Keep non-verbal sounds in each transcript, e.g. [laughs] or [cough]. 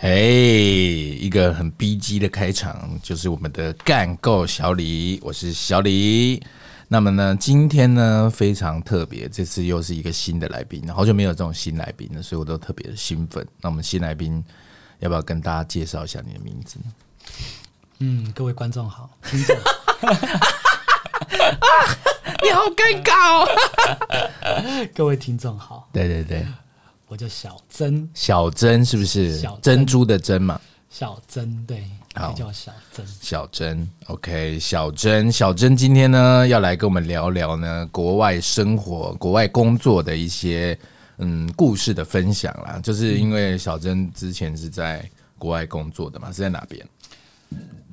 哎，一个很逼机的开场，就是我们的干够小李，我是小李。那么呢，今天呢非常特别，这次又是一个新的来宾，好久没有这种新来宾了，所以我都特别的兴奋。那我们新来宾要不要跟大家介绍一下你的名字呢？嗯，各位观众好， [laughs] 听众你好尴尬哦。各位听众好，对对对，我叫小曾，小珍是不是小？珍珍珠的珍嘛。小曾对，好可以叫我小曾。小珍，OK，小珍，小珍今天呢要来跟我们聊聊呢国外生活、国外工作的一些嗯故事的分享啦。就是因为小珍之前是在国外工作的嘛，是在哪边？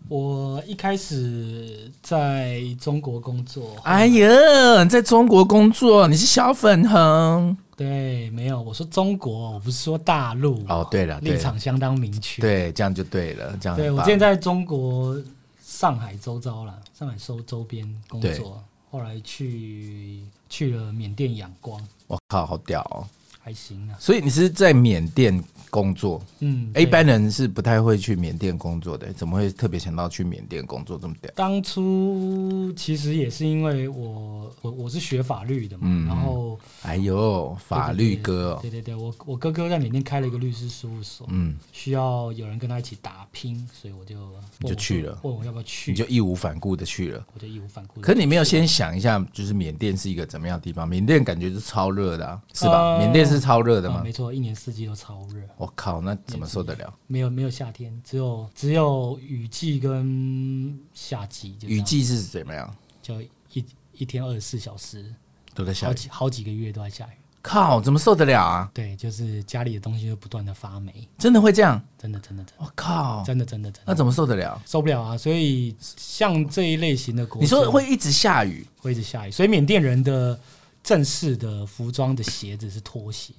我一开始在中国工作，哎呀，在中国工作，你是小粉红。对，没有，我说中国，我不是说大陆。哦对了对了立场相当明确。，对，嗯这样就对了，这样很对我棒之前在中国上海周遭啦，上海周周边工对作，后来去去了缅甸仰光，我靠，好屌哦！还行啊。所以你是在缅甸工作？嗯，哎一对般人是不太会去缅甸工作的，怎么会特别想到去缅甸工作这么屌？当初其实也是因为我我我是学法律的嘛，嗯然后哎呦，法律哥、哦，对对对，我我哥哥在缅甸开了一个律师事务所，嗯，需要有人跟他一起打拼，所以我就问你就我去了问我要不要去，你就义无反顾的去了。我就义无反顾地去。可你没有先想一下，就是缅甸是一个怎么样的地方？缅甸感觉是超热的、啊，是吧？呃缅甸是超热的啊吗？没错，一年四季都超热，我靠，那怎么受得了？没有没有夏天，只有只有雨季跟夏季，就这雨样季是怎么样？就一一天二十四小时，都在下好雨。几好几个月都在下雨。靠，怎么受得了啊？对，就是家里的东西就不断的发霉，真的会这样？真的真的真的。我靠，真的真的真那的怎么受得了？受不了啊！所以像这一类型的国家，你说会一直下雨？会一直下雨，所以缅甸人的正式的服装的鞋子是拖鞋，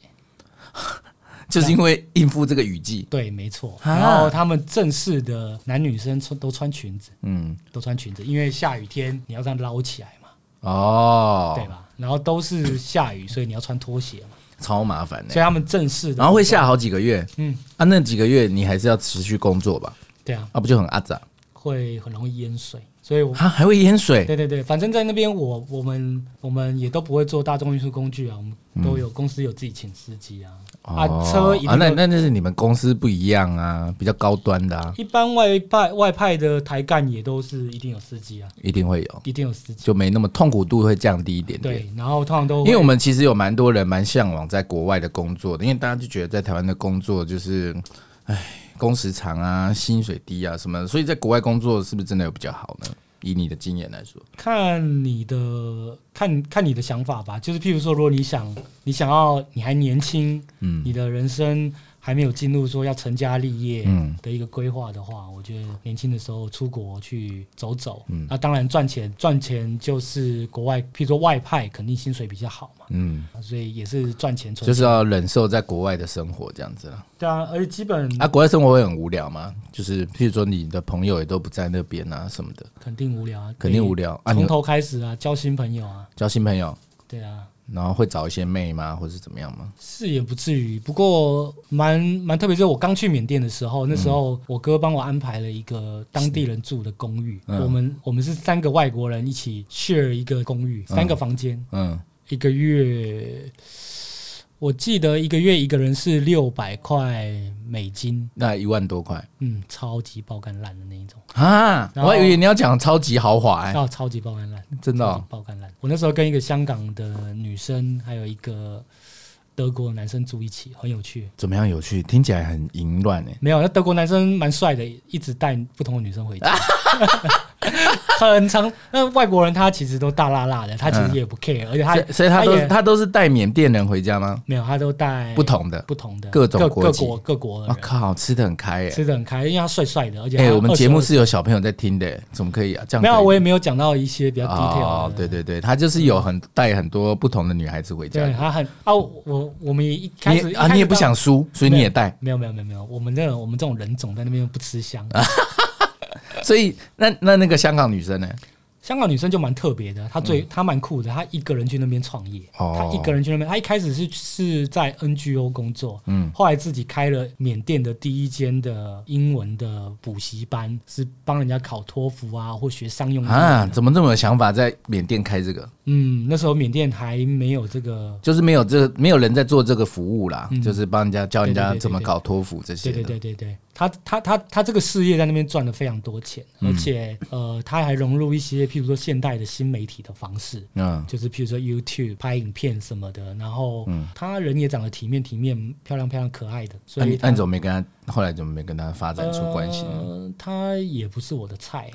就是因为应付这个雨季，对，没错。啊然后他们正式的男女生穿都穿裙子，嗯，都穿裙子，因为下雨天你要这样捞起来嘛，对哦，吧？然后都是下雨，所以你要穿拖鞋 [laughs] 嘛，超麻烦的、所以他们正式的，然后会，下好几个月，嗯，啊，那几个月你还是要持续工作吧？对啊，啊，不就很阿杂？会很容易淹水，所以我啊，还会淹水？对对对，反正在那边我我们我们也都不会坐大众运输工具啊，我们都有、公司有自己请司机啊，啊车一定啊，那会那那是你们公司不一样啊，比较高端的啊，一般外派外派的台干也都是一定有司机啊，一定会有，一定有司机。就没那么痛苦度会降低一点点。对，然后通常都因为我们其实有蛮多人蛮向往在国外的工作的，因为大家就觉得在台湾的工作就是，唉，工时长啊，薪水低啊什么的，所以在国外工作是不是真的有比较好呢？以你的经验来说，看你的看看你的想法吧，就是譬如说，如果你想你想要你还年轻，嗯你的人生还没有进入说要成家立业嗯的一个规划的话，我觉得年轻的时候出国去走走，嗯那当然赚钱赚钱就是国外，譬如说外派肯定薪水比较好嘛，嗯，所以也是赚钱存钱。就是要忍受在国外的生活这样子啦。对啊，而且基本啊，国外生活会很无聊吗？就是譬如说你的朋友也都不在那边啊什么的，肯定无聊啊，肯定得无聊啊。你从有头开始啊，交新朋友啊，交新朋友，对啊，然后会找一些妹吗，或是怎么样吗？是也不至于，不过蛮蛮特别。就是我刚去缅甸的时候，那时候嗯我哥帮我安排了一个当地人住的公寓，嗯我们我们是三个外国人一起 share 一个公寓，三个房间，嗯，一个月。我记得一个月一个人是六百块美金，那一万多块嗯，超级爆肝烂的那一种，啊！然后我还以为你要讲超级豪华、欸，啊，超级爆肝烂。真的、超级哦。爆肝烂。我那时候跟一个香港的女生，还有一个德国的男生住一起，很有趣。怎么样有趣？听起来很淫乱哎、没有，那德国男生蛮帅的，一直带不同的女生 [laughs] 回家。很长，那外国人他其实都大辣辣的，他其实也不 care，、而且他所以所以他都也是他都是带缅甸人回家吗？没有，他都带不同的，不同的各种各国各籍国各国我、的人、靠，吃的很开哎、欸！吃的很开，因为他帅帅的，而且哎、他我们节目22是有小朋友在听的、欸，怎么可以啊？这样没有，可以我也没有讲到一些比较 detail 的、哦，对对对，他就是有很带很多不同的女孩子回家对，。他很啊，我我们也一开始你一啊，开你也始不到想输，所以你也带。没有没有没有没有，我们这种我们这啊种人种在那边又不吃香，所以那那那个香港女生呢？香港女生就蛮特别的，她最、她蛮酷的，她一个人去那边创业，嗯哦她一个人去那边，她一开始是是在 NGO 工作，嗯后来自己开了缅甸的第一间的英文的补习班，是帮人家考托福啊或学商用英文啊，怎么这么有想法，在缅甸开这个，嗯，那时候缅甸还没有这个，就是没有这没有人在做这个服务啦，就是帮人家教人家嗯对对对对怎么搞托福这些对的。对对对对，他他他他这个事业在那边赚了非常多钱，嗯而且呃，他还融入一些譬如说现代的新媒体的方式，嗯，就是譬如说 YouTube 拍影片什么的，然后他人也长得体面体面、漂亮漂亮、可爱的，所那啊以你他那你怎么没跟他，后来怎么没跟他发展出关系呢？啊呃，他也不是我的菜。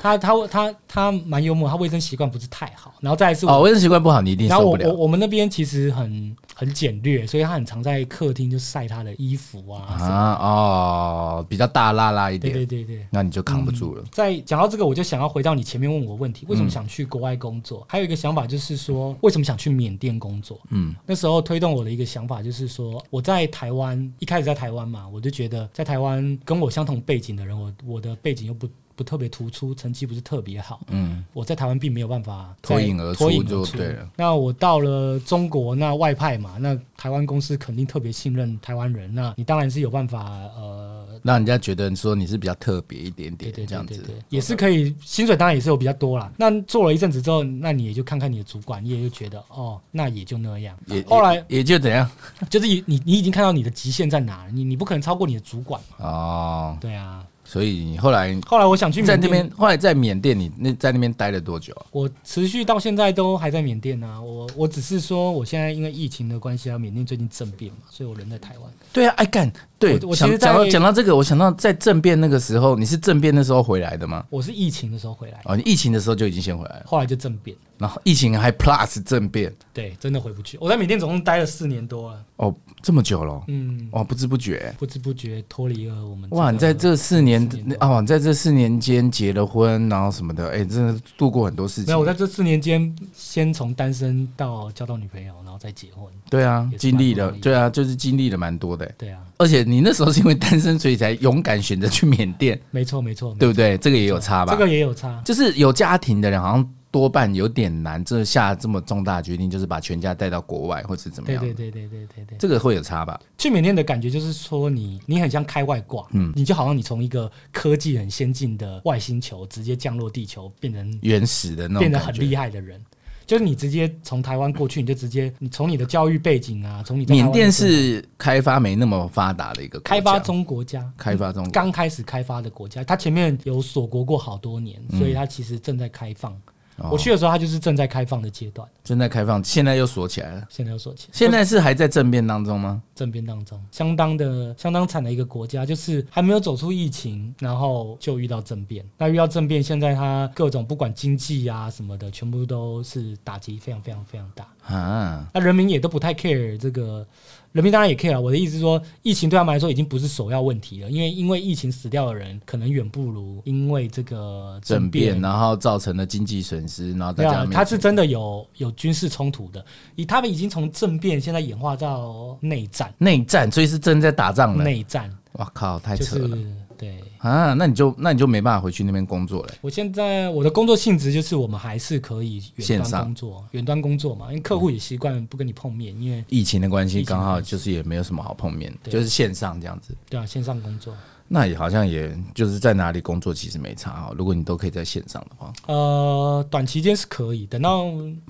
他他他他蛮幽默，他卫生习惯不是太好，然后再来是我哦，卫生习惯不好，你一定然后受不我我了。我们那边其实很很简略，所以他很常在客厅就晒他的衣服啊。什么啊哦，比较大辣辣一对点，对对对。那你就扛不住了。在讲到这个，我就想要回到你前面问我的问题，嗯为什么想去国外工作？还有一个想法就是说，为什么想去缅甸工作？嗯，那时候推动我的一个想法就是说，我在台湾一开始在台湾嘛，我就觉得在台湾跟我相同背景的人，我我的背景又不不特别突出，成绩不是特别好，嗯，我在台湾并没有办法再脱颖而出脱颖就而出对了。那我到了中国，那外派嘛，那台湾公司肯定特别信任台湾人，那你当然是有办法呃让人家觉得说你是比较特别一点点对对这对样对子哦对，。也是可以，薪水当然也是有比较多啦。那做了一阵子之后，那你也就看看你的主管，你也就觉得哦，那也就那样也。后来也也就怎样就是你你你已经看到你的极限在哪了，你你不可能超过你的主管嘛。哦，对啊，所以你后来后来我想去在缅那甸边，，后来在缅甸你那在那边待了多久啊？我持续到现在都还在缅甸啊。我我只是说，我现在因为疫情的关系啊，缅甸最近政变嘛，所以我人在台湾。对啊，哎干，对，我我其想实讲在到讲到这个，我想到在政变那个时候，你是政变那时候回来的吗？我是疫情的时候回来，哦，你疫情的时候就已经先回来了，后来就政变。然后疫情还 plus 政变，对，真的回不去。我在缅甸总共待了四年多了，哦，这么久了哦，嗯，哇，不知不觉，不知不觉脱离了我们、哇，你在这四年四年多啊，你在这四年间结了婚，然后什么的，哎，真的度过很多事没有，我情，在这四年间，先从单身到交到女朋友，然后再结婚。对啊也，是经历了蛮不，容易对啊，就是经历了蛮多的，对啊，而且你那时候是因为单身，所以才勇敢选择去缅甸，没错，没错，没错对不对？这个也有差吧？这个也有差。就是有家庭的人，好像多半有点难，这下这么重大的决定，就是把全家带到国外，或是怎么对样？对对对对对对，这个会有差吧？去缅甸的感觉就是说你，你很像开外挂，嗯，你就好像你从一个科技很先进的外星球直接降落地球，变成原始的那种变得感很觉。厉害的人，就是你直接从台湾过去，你就直接你从你的教育背景啊，从你在台湾缅甸的生活是开发没那么发达的一个国家开发中国家，开发中国刚开始开发的国家，它前面有锁国过好多年，嗯所以它其实正在开放。哦我去的时候，它就是正在开放的阶段，正在开放，现在又锁起来了。现在又锁起来，现在是还在政变当中吗？政变当中，相当的相当惨的一个国家，就是还没有走出疫情，然后就遇到政变。那遇到政变，现在它各种不管经济啊什么的，全部都是打击非常非常非常大。啊，那人民也都不太 care 这个，人民当然也 care 啊。我的意思是说，疫情对他们来说已经不是首要问题了，因为因为疫情死掉的人可能远不如因为这个政变变，然后造成了经济损失，然后大对家啊，没他是真的有有军事冲突的，以他们已经从政变现在演化到内战，内战，所以是真在打仗了。内战哇靠，太就扯是了对。啊！那你就那你就没办法回去那边工作了。我现在我的工作性质就是我们还是可以线远上端工作，远端工作嘛，因为客户也习惯不跟你碰面，因为疫情的关系，疫情的刚好关系就是也没有什么好碰面，对就是线上这样子。对啊，线上工作。那也好像也就是在哪里工作，其实没差哦。如果你都可以在线上的话，呃，短期间是可以，等到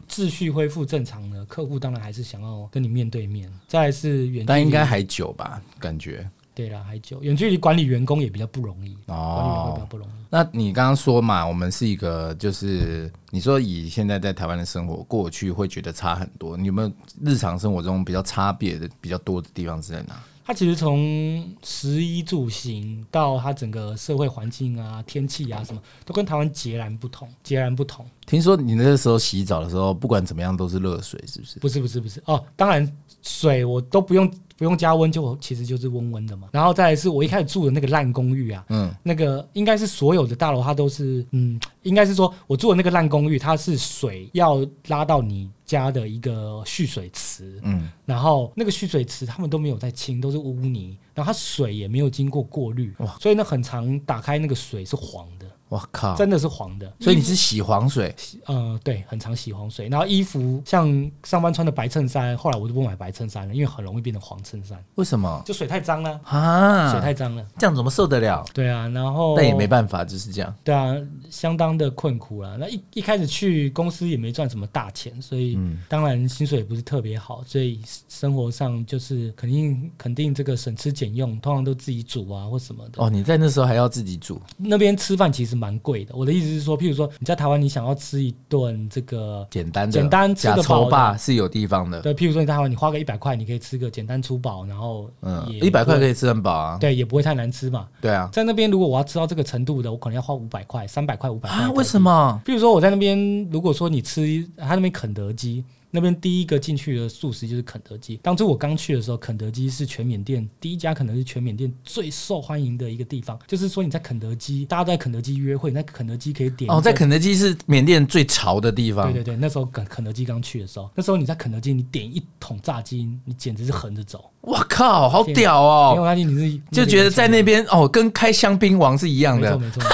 秩序恢复正常了，客户当然还是想要跟你面对面。再来是远距离，但应该还久吧？感觉对了，还久。远距离管理员工也比较不容易，管理员工比较哦。不容易。那你刚刚说嘛，我们是一个，就是你说以现在在台湾的生活，过去会觉得差很多。你有没有日常生活中比较差别的比较多的地方是在哪？它其实从食衣住行到它整个社会环境啊、天气啊什么，都跟台湾截然不同，截然不同。听说你那时候洗澡的时候，不管怎么样都是热水，是不是？不是不是不是哦，当然水我都不用不用加温，就其实就是温温的嘛。然后再来是我一开始住的那个烂公寓啊，嗯，那个应该是所有的大楼它都是，嗯，应该是说我住的那个烂公寓，它是水要拉到你家的一个蓄水池，嗯，然后那个蓄水池他们都没有在清，都是污泥，然后它水也没有经过过滤，所以呢很常打开那个水是黄的。我靠！真的是黄的。所以你是洗黄水，呃，对，很常洗黄水。然后衣服像上班穿的白衬衫，后来我就不买白衬衫了，因为很容易变成黄衬衫，为什么就水太脏了，啊？水太脏了。这样怎么受得了？对啊，然后但也没办法，就是这样。对啊，相当的困苦啦。那一一开始去公司也没赚什么大钱，所以嗯当然薪水也不是特别好，所以生活上就是肯定肯定这个省吃俭用，通常都自己煮啊或什么的。哦，你在那时候还要自己煮，那边吃饭其实蛮贵的。我的意思是说，譬如说你在台湾，你想要吃一顿这个简单的，简单吃假得抽饱的吧是有地方的，对，譬如说你在台湾，你花个一百块，你可以吃个简单粗饱，然后嗯，也一百块可不会以吃很饱啊。对，也不会太难吃嘛。对啊，在那边，如果我要吃到这个程度的，我可能要花五百块、三百块、五百块啊，台币为什？么？譬如说我在那边，如果说你吃他那边肯德基，那边第一个进去的素食就是肯德基。当初我刚去的时候，肯德基是全缅甸第一家，可能是全缅甸最受欢迎的一个地方。就是说你在肯德基，大家都在肯德基约会，你在肯德基可以点哦，一在个肯德基是缅甸最潮的地方对，对对，那时候肯肯德基刚去的时候，那时候你在肯德基，你点一桶炸鸡，你简直是横着走。我靠，好天屌因为哦！我发现你是就觉得在那边哦，跟开香槟王是一样没错的。没错，没错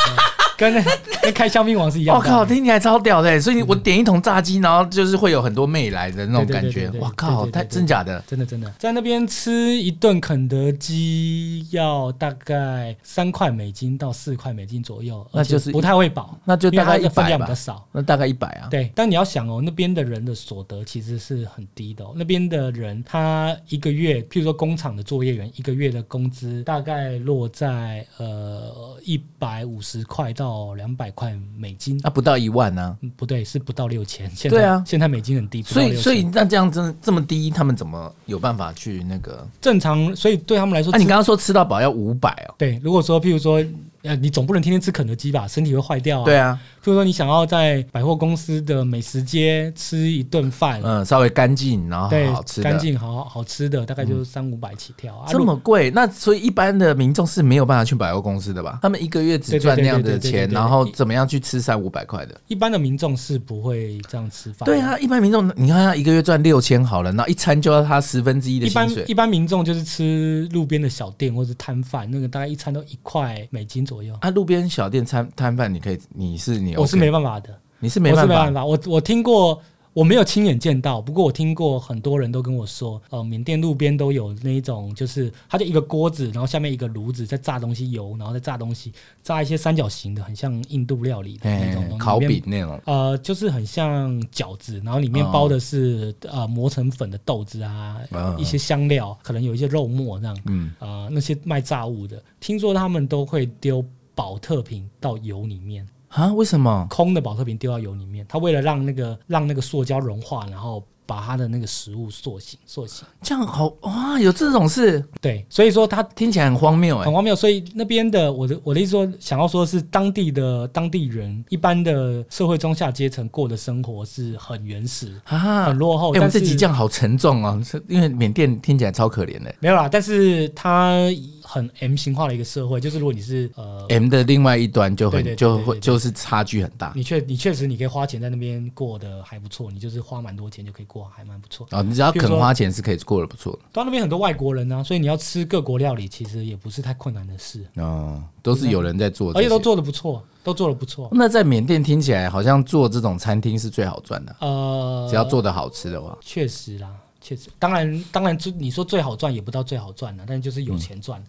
跟那 [laughs] 跟开香槟王是一样我的。嗯靠，听起来超屌的！所以我点一桶炸鸡，然后就是会有很多妹来的那种对对感对觉对。对我对靠，对对太对真假的？真的真的，在那边吃一顿肯德基要大概三块美金到四块美金左右，那就是而且不太会饱，那就因大为它概的一分百量比较吧，少。那大概一百啊。对，但你要想哦，那边的人的所得其实是很低的、哦。那边的人他一个月，譬如说工厂的作业员，一个月的工资大概落在呃一百五十块到两百块美金。那不到一万啊呢、嗯不对，是不到六千。现在对啊现在美金很低，不到所以6000所以那这样真的这么低，他们怎么有办法去那个？正常，所以对他们来说啊，吃，你刚刚说吃到饱要五百哦。对，如果说譬如说，呃，你总不能天天吃肯德基吧，身体会坏掉啊。对，啊，譬如说你想要在百货公司的美食街吃一顿饭，嗯，稍微干净，然后哎对好吃，的，嗯干净好好吃的，大概就三五百起跳啊。这么贵，那所以一般的民众是没有办法去百货公司的吧？他们一个月只赚那样的对对对对对钱，对对然后怎么样去吃三五百块的？一般的民众是不会这样吃饭。对，啊，一般民众，你看他一个月赚六千好了，然后一餐就要他十分之一的一般薪水，一般民众就是吃路边的小店或者摊贩，那个大概一餐都一块美金左右。啊，路边小店摊摊贩，你可以，你是你、OK，嗯我是没，办法的，你是我没是办没法办，法。我我听过，我没有亲眼见到，不过我听过很多人都跟我说，呃，缅甸路边都有那一种，就是它就一个锅子，然后下面一个炉子在炸东西油，然后再炸东西，炸一些三角形的，很像印度料理的那种哎东西，烤里面饼那种，呃，就是很像饺子，然后里面包的是、呃磨成粉的豆子啊，嗯一些香料，可能有一些肉末这样，嗯，呃，那些卖炸物的，听说他们都会丢保特瓶到油里面，啊，为什么？空的保特瓶丢到油里面，它为了让那个让那个塑胶融化，然后把它的那个食物塑形塑形，这样好哇，有这种事，对，所以说它听起来很荒谬哎、很荒谬。所以那边的我的我的意思说，想要说是当地的当地人一般的社会中下阶层过的生活是很原始、啊，很落哎、后，我但们是这集这样好沉重哦，是因为缅甸听起来超可怜的、没有啦，但是它很 M 型化的一个社会，就是如果你是呃。 M 的另外一端就对很对对就对对会对就是差距很大你确你确实你可以花钱在那边过得还不错，你就是花蛮多钱就可以过还蛮不错。啊、哦，你只要比如肯说花钱是可以过得不错到那边很多外国人啊，所以你要吃各国料理，其实也不是太困难的事，的哦，都是有人在做这而些，且都做的不错，都做的不错。那在缅甸听起来好像做这种餐厅是最好赚的，呃，只要做的好吃的话，确实啦，确实，当然当然，就你说最好赚也不到最好赚啊啦，但就是有钱赚。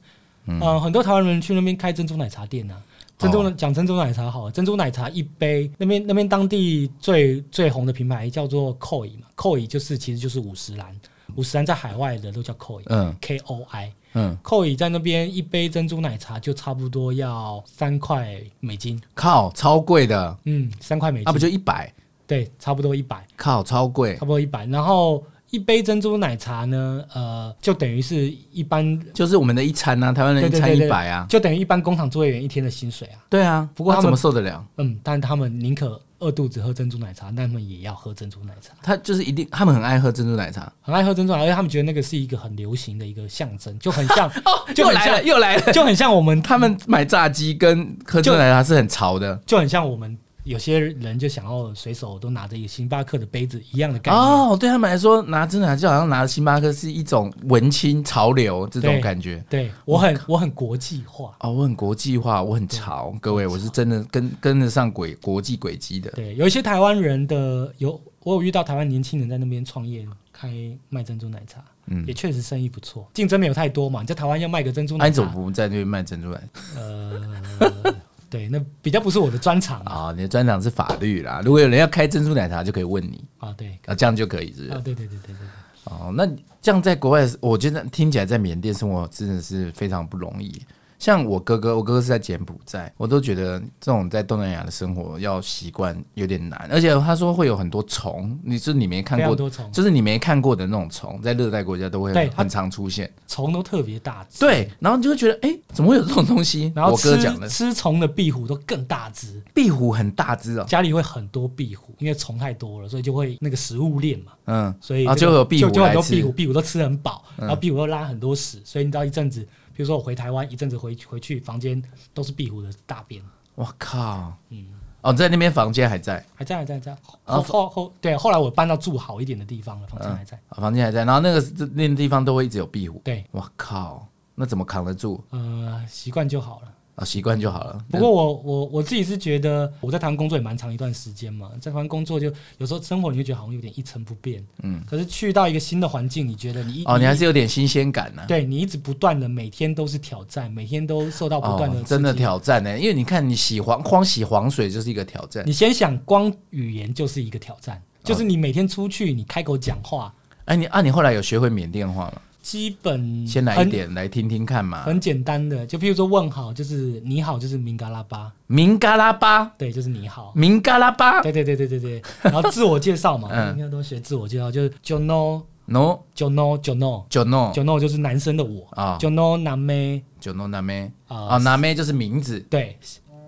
嗯、呃，很多台湾人去那边开珍珠奶茶店啊，珍珠讲珍珠奶茶好了，珍珠奶茶一杯，那边那边当地最最红的品牌叫做扣以嘛，扣以就是其实就是五十兰，五十兰在海外的都叫扣以嗯 K O I。嗯，扣以在那边一杯珍珠奶茶就差不多要三块美金，靠，超贵的，嗯，三块美金，啊不就一百，对，差不多一百，靠，超贵差，不多一百。然后一杯珍珠奶茶呢，呃，就等于是一般，就是我们的一餐啊，台湾人对一对餐对一对百啊，就等于一般工厂作业员一天的薪水啊。对啊，不过那他怎们么受得了？嗯，但他们宁可饿肚子喝珍珠奶茶，但他们也要喝珍珠奶茶，他就是一定，他们很爱喝珍珠奶茶，很爱喝珍珠奶茶，而且他们觉得那个是一个很流行的一个象征，就很 [laughs] 像，哦又就很来了像， [laughs] 又来了，就很像我们他们买炸鸡跟喝珍珠奶茶是很潮的，就很像我们有些人就想要随手都拿着一个星巴克的杯子一样的概念。哦，对他们来说，拿真的就好像拿星巴克是一种文青潮流这种对感觉。对我很我很国际化。哦，我很国际化，我很潮，各位，我是真的跟跟得上轨国际轨迹的。对，有一些台湾人的有，我有遇到台湾年轻人在那边创业开卖珍珠奶茶，嗯也，确实生意不错，竞争没有太多嘛。你在台湾要卖个珍珠那奶你怎么茶，不在那边卖珍珠奶茶呃， [laughs] 对，那比较不是我的专长啊。啊？你的专长是法律啦，如果有人要开珍珠奶茶，就可以问你啊，对，啊，这样就可以是不是啊，对对对对对，哦，那这样在国外，我觉得听起来在缅甸生活真的是非常不容易。像我哥哥，我哥哥是在柬埔寨，我都觉得这种在东南亚的生活要习惯有点难，而且他说会有很多虫，你是你没看非常过，多虫，就是你没看过的那种虫，在热带国家都会对很它很常出现。虫都特别大只。对，然后你就会觉得，哎、怎么会有这种东西？然后我吃哥讲的，吃虫的壁虎都更大只，壁虎很大只哦，家里会很多壁虎，因为虫太多了，所以就会那个食物链嘛，嗯，所以啊这个就有壁虎就很多来吃嗯壁虎，壁虎都吃很饱，然后壁虎又拉很多屎，所以你到一阵子，比如说我回台湾一阵子回回去房间都是壁虎的大便，我靠，嗯，哦，在那边房间还在，还在还在还在后啊后后后对，后来我搬到住好一点的地方了，房间嗯还在，啊房间还在，然后那个那个地方都会一直有壁虎。对，我靠，那怎么扛得住呃，习惯就好了。啊？习惯就好了。不过我我我自己是觉得我在台湾工作也蛮长一段时间嘛，在台湾工作就有时候生活你会觉得好像有点一成不变，嗯嗯，可是去到一个新的环境，你觉得你一哦，你还是有点新鲜感呢、啊对你一直不断的每天都是挑战，每天都受到不断的、哦、真的。挑战呢、因为你看，你洗黄光洗黄水就是一个挑战。你先想，光语言就是一个挑战，就是你每天出去，你开口讲话，哎，你啊，你后来有学会缅甸话吗？基本先来一很点啊来听听看嘛。很简单的，就譬如说问好，就是你好，就是明嘎拉巴，明嘎拉巴，对，就是你好。明嘎拉巴哦对对对对对 [laughs] 对，然后自我介绍嘛，嗯应该都学自我介绍，就是 Jono ，no Jono Jono 就 no Jono 就是男生的我哦啊，Jono 男妹就 no 那妹啊，啊，那妹就是名字对，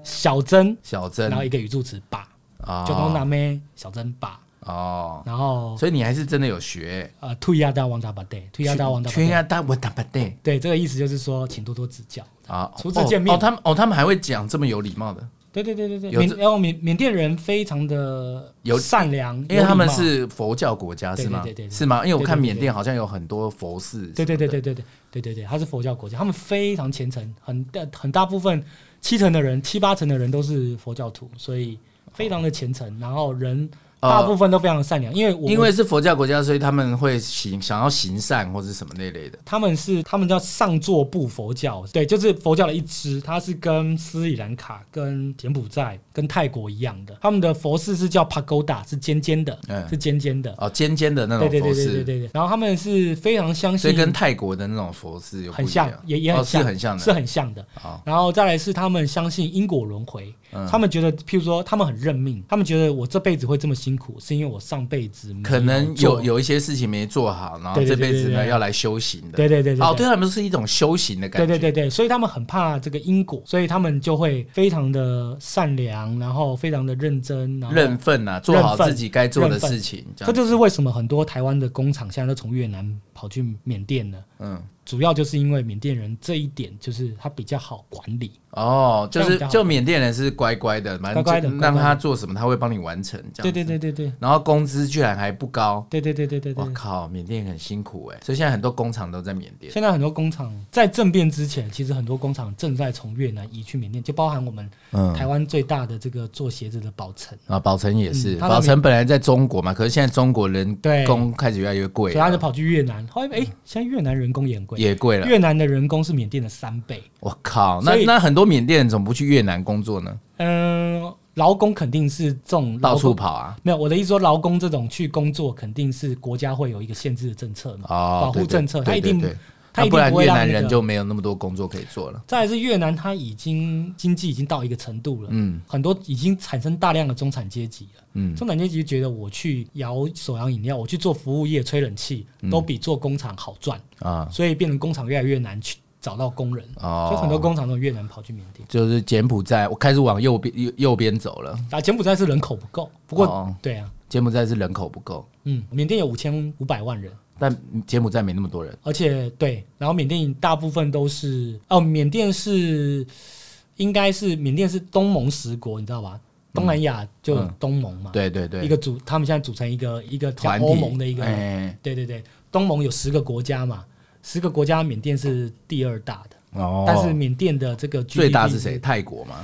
小珍，小珍然后一个语助词吧，Jono 啊男妹小珍吧，哦，然后所以你还是真的有学。呃，退亚大王达巴对，退亚大王达巴全对，亚大我打不对对，这个意思就是说，请多多指教。啊！初次见面哦，哦他们哦，他们还会讲这么有礼貌的。对对对对对，有缅这然后缅缅甸人非常的有善良，因为他们有礼貌是佛教国家对是吗对对对？对是吗？因为我看对对对缅甸好像有很多佛寺。对对对对对对对对对，他是佛教国家，他们非常虔诚，很大很大部分七成的人，七八成的人都是佛教徒，所以非常的虔诚，然后人呃大部分都非常的善良，因为我因为是佛教国家，所以他们会行想要行善或是什么那类的。他们是他们叫上座部佛教，对，就是佛教的一支，它是跟斯里兰卡、跟柬埔寨、跟泰国一样的，他们的佛寺是叫 pagoda，是尖尖的，嗯是尖尖的，哦，尖尖的那对种对对佛对对寺，对对。然后他们是非常相所以，信跟泰国的那种佛寺有不很一像样，，也也哦很是像，很像是的。哦很像的。好然后再来是他们相信因果轮回，嗯他们觉得，譬如说，他们很认命，他们觉得我这辈子会这么辛苦，是因为我上辈子没可能有做，有一些事情没做好，然后对这对对辈子对对呢对要来修行的。对对对对，哦，对他们是一种修行的感对觉。对对对，所以他们很怕这个因果，所以他们就会非常的善良，然后非常的认真，然后认份啊，做好认份自己该做的认份事情。这样这就是为什么很多台湾的工厂现在都从越南跑去缅甸了，嗯。主要就是因为缅甸人这一点就是他比较好管理，哦，就这样是比较好就缅甸人是乖乖的，反正乖乖的就乖乖让的他做什么，他会帮你完成。这样对子对对对对然后工资居然还不高，对对对对对我对。靠，缅甸很辛苦哎、所以现在很多工厂都在缅甸。现在很多工厂在政变之前，其实很多工厂正在从越南移去缅甸，就包含我们嗯，台湾最大的这个做鞋子的宝城，啊，宝城也是，嗯他在宝城本来在中国嘛，可是现在中国人对工开始越来越所贵以了，他就跑去越南。后来哎、现在越南人工也很贵，啊嗯啊也贵了。越南的人工是缅甸的三倍。我靠，那所以那很多缅甸人怎么不去越南工作呢？嗯，劳工肯定是这种劳到工处跑啊。没有我的意思说，劳工这种去工作肯定是国家会有一个限制的政策嘛，哦，保护对对政策对他一定对对他那啊一不定然不会越让南那人个就没有那么多工作可以做了。再来是越南，它已经经济已经到一个程度了，嗯很多已经产生大量的中产阶级了。嗯，中产阶级觉得我去摇手摇饮料，我去做服务业吹冷气，都比做工厂好赚，嗯啊所以变成工厂越来越难去找到工人，哦，所以很多工厂从越南跑去缅甸。就是柬埔寨，我开始往右边右右边走了。啊，柬埔寨是人口不够，不过、哦对啊，柬埔寨是人口不够，嗯，缅甸有五千五百万人。但柬埔寨没那么多人。而且对，然后缅甸大部分都是哦，缅甸是应该是缅甸是东盟十国，你知道吧？东南亚就嗯东盟嘛，对对对，一个组，他们现在组成一个一个叫团体欧盟的一个，哎对对对，东盟有十个国家嘛，十个国家缅甸是第二大的，哦，但是缅甸的这个 GDP 最大是谁？？泰国吗？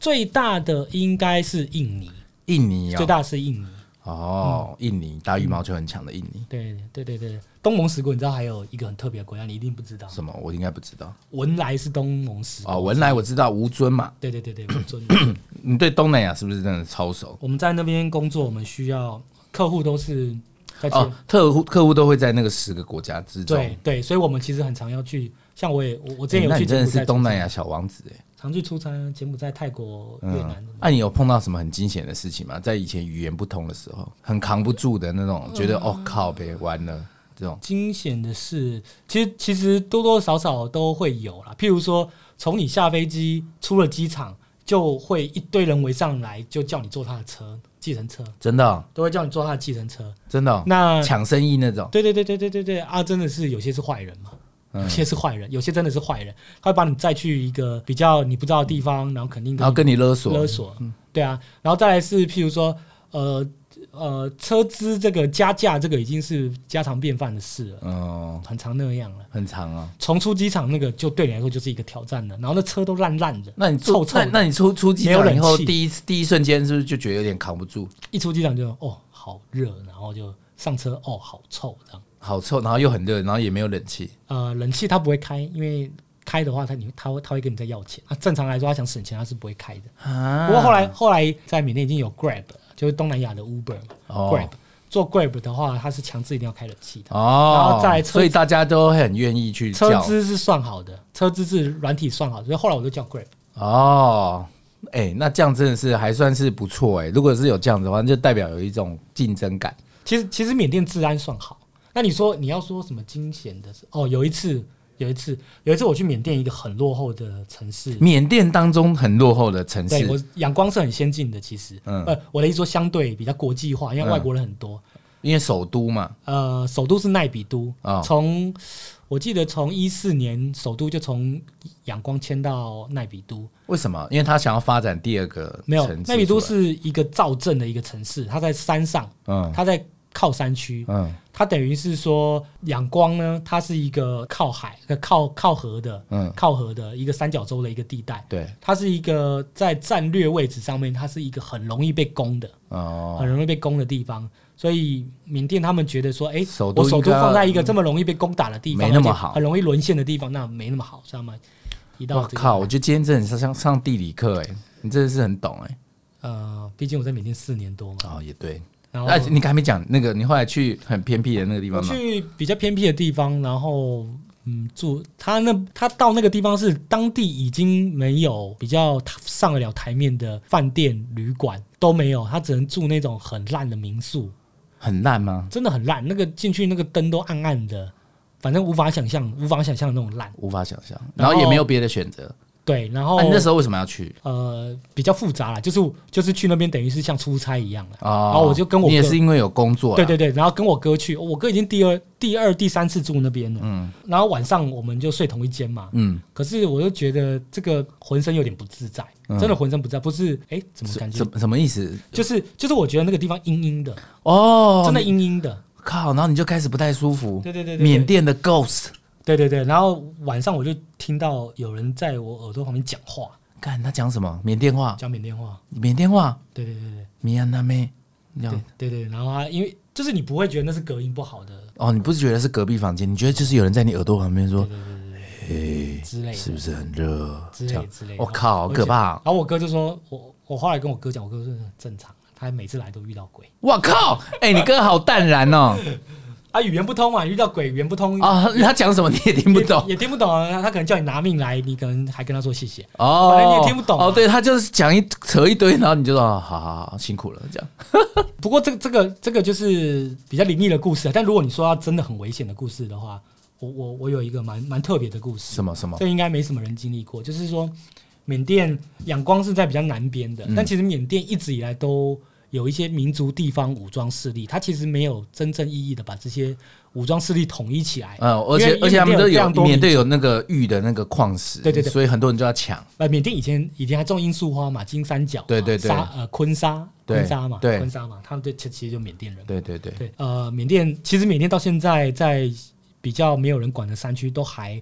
最大的应该是印尼，印尼啊、最大嗯是印尼，哦，印尼打羽毛球很强的印尼，对对对对对，东盟十国你知道还有一个很特别的国家，你一定不知道，什么我应该不知道文莱是东盟十国，哦。文莱我知道吴尊嘛，对对对对， [coughs] 我尊你对东南亚是不是真的超熟？我们在那边工作，我们需要客户都是在这哦，特户客户都会在那个十个国家之中。对对，所以我们其实很常要去，像我也我我之前欸有那去你真的柬埔寨是东出南差，亚小王子哎。常去出差，柬埔寨、泰国、越南嗯，，那、你有碰到什么很惊险的事情吗？在以前语言不通的时候，很扛不住的那嗯种，觉得哦靠呗，完了这种。惊险的事，其实其实多多少少都会有啦。譬如说，从你下飞机出了机场，就会一堆人围上来，就叫你坐他的车，计程车真的哦、都会叫你坐他的计程车。真的哦、那抢生意那种。对对对对对对对啊，真的是有些是坏人嘛，嗯有些是坏人，有些真的是坏人，他会把你载去一个比较你不知道的地方，然后肯 [laughs] 定嗯然后跟你勒索，嗯勒索，对啊，然后再来是譬如说，呃呃，车资这个加价，这个已经是家常便饭的事了，嗯，很常那样了。很长啊。重出机场那个就对你来说就是一个挑战了，然后那车都烂烂的，那你臭出臭那的那你出出机没有场冷以后，气第一第一瞬间是不是就觉得有点扛不住，一出机场就哦好热，然后就上车哦好臭这样。好臭，然后又很热，然后也没有冷气，呃，冷气它不会开，因为开的话它你它会它会跟你再要钱。啊，正常来说他想省钱他是不会开的。啊不过后来后来在缅甸已经有 Grab，了就是东南亚的 Uber 嘛、哦 Grab。做 Grab 的话，它是强制一定要开冷气的。哦，然后再来车子所以大家都很愿意去车叫资是算好的，车资是软体算好的，所以后来我就叫 Grab。哦。哎、那这样真的是还算是不错哎、如果是有这样子的话，那就代表有一种竞争感。其实其实缅甸治安算好。那你说你要说什么惊险的事？哦，有一次有一次有一次我去缅甸一个很落后的城市，缅甸当中很落后的城对我市，仰光是很先进的，其实，嗯呃，我的意思说相对比较国际化，因为嗯外国人很多。因为首都嘛，呃，首都是奈比都哦，从、我记得从一四年首都就从仰光迁到奈比都，为什么？因为他想要发展第二个没有城市奈比都出来是一个造镇的一个城市，它在山上，嗯它在靠山区，嗯它等于是说仰光呢，它是一个靠海、呃靠靠河的、嗯，靠河的一个三角洲的一个地带。对它是一个在战略位置上面，它是一个很容易被攻的，哦很，容易被攻的地方。所以缅甸他们觉得说，哎、首都我首应都该嗯放在一个这么容易被攻打的地方，没那么而且好很容易沦陷的地方，那没那么好，知道吗？一我到、这个靠！我觉得今天真的是像上地理课哎、你真的是很懂哎、呃，毕竟我在缅甸四年多嘛，哦，也对。然后哎、你还没讲那个，你后来去很偏僻的那个地我方吗？去比较偏僻的地方，然后嗯住他那他到那个地方是当地已经没有比较上得了台面的饭店旅馆都没有，他只能住那种很烂的民宿，很烂吗？真的很烂。那个进去那个灯都暗暗的，反正无法想象，无法想象的那种烂。无法想象。然然后哦后也没有别的选择。对，然那、后、你啊那时候为什么要去？呃比较复杂啦，就是就是去那边等于是像出差一样了。哦，然后我就跟我你也哥是因为有工作啦，对对对，然后跟我哥去，哦我哥已经第二、第二、第三次住那边了。嗯，然后晚上我们就睡同一间嘛。嗯，可是我又觉得这个浑身有点不自在，嗯真的浑身不自在，不是？哎，怎么感觉什？什么意思？就是就是，我觉得那个地方阴阴的，哦，真的你阴阴的。靠！然后你就开始不太舒服。对对对对对缅甸的 ghost，对对对，然后晚上我就听到有人在我耳朵旁边讲话，看他讲什么？缅甸话，讲缅甸话。缅甸话，对对对米安娜妹，这对样对。对对，然后他因为就是你不会觉得那是隔音不好的，哦，你不是觉得是隔壁房间？你觉得就是有人在你耳朵旁边说对对对对，：“嘿，之类的是不是很热？”之这类样，之类的。我靠，好而且可怕！然后我哥就说，我我后来跟我哥讲，我哥说很正常，啊他每次来都遇到鬼我靠！哎，你哥好淡然 [laughs] 哦！啊，语言不通嘛，遇到鬼语言不通，啊，他讲什么你也听不懂。也听不懂啊，他可能叫你拿命来，你可能还跟他说谢谢。哦， [laughs] 反正你也听不懂啊哦，对他就是讲一扯一堆，然后你就说哦好好好辛苦了这样。不过这个这个这个就是比较灵异的故事啊，但如果你说要真的很危险的故事的话，我我我有一个蛮蛮特别的故事什，么什么？这应该没什么人经历过，嗯就是说缅甸仰光是在比较南边的，但其实缅甸一直以来都。有一些民族地方武装势力，它其实没有真正意义的把这些武装势力统一起来。嗯，而哎因且为而且他们缅都甸有非有常多缅甸有那个玉的那个矿石，对对对所以很多人就要抢。呃，缅甸以前以前还种罂粟花嘛，金三角嘛，对对对沙呃昆沙对昆沙嘛，对昆沙嘛，他们对其其实就缅甸人。对对对，对，呃，缅甸其实缅甸到现在在比较没有人管的山区，都还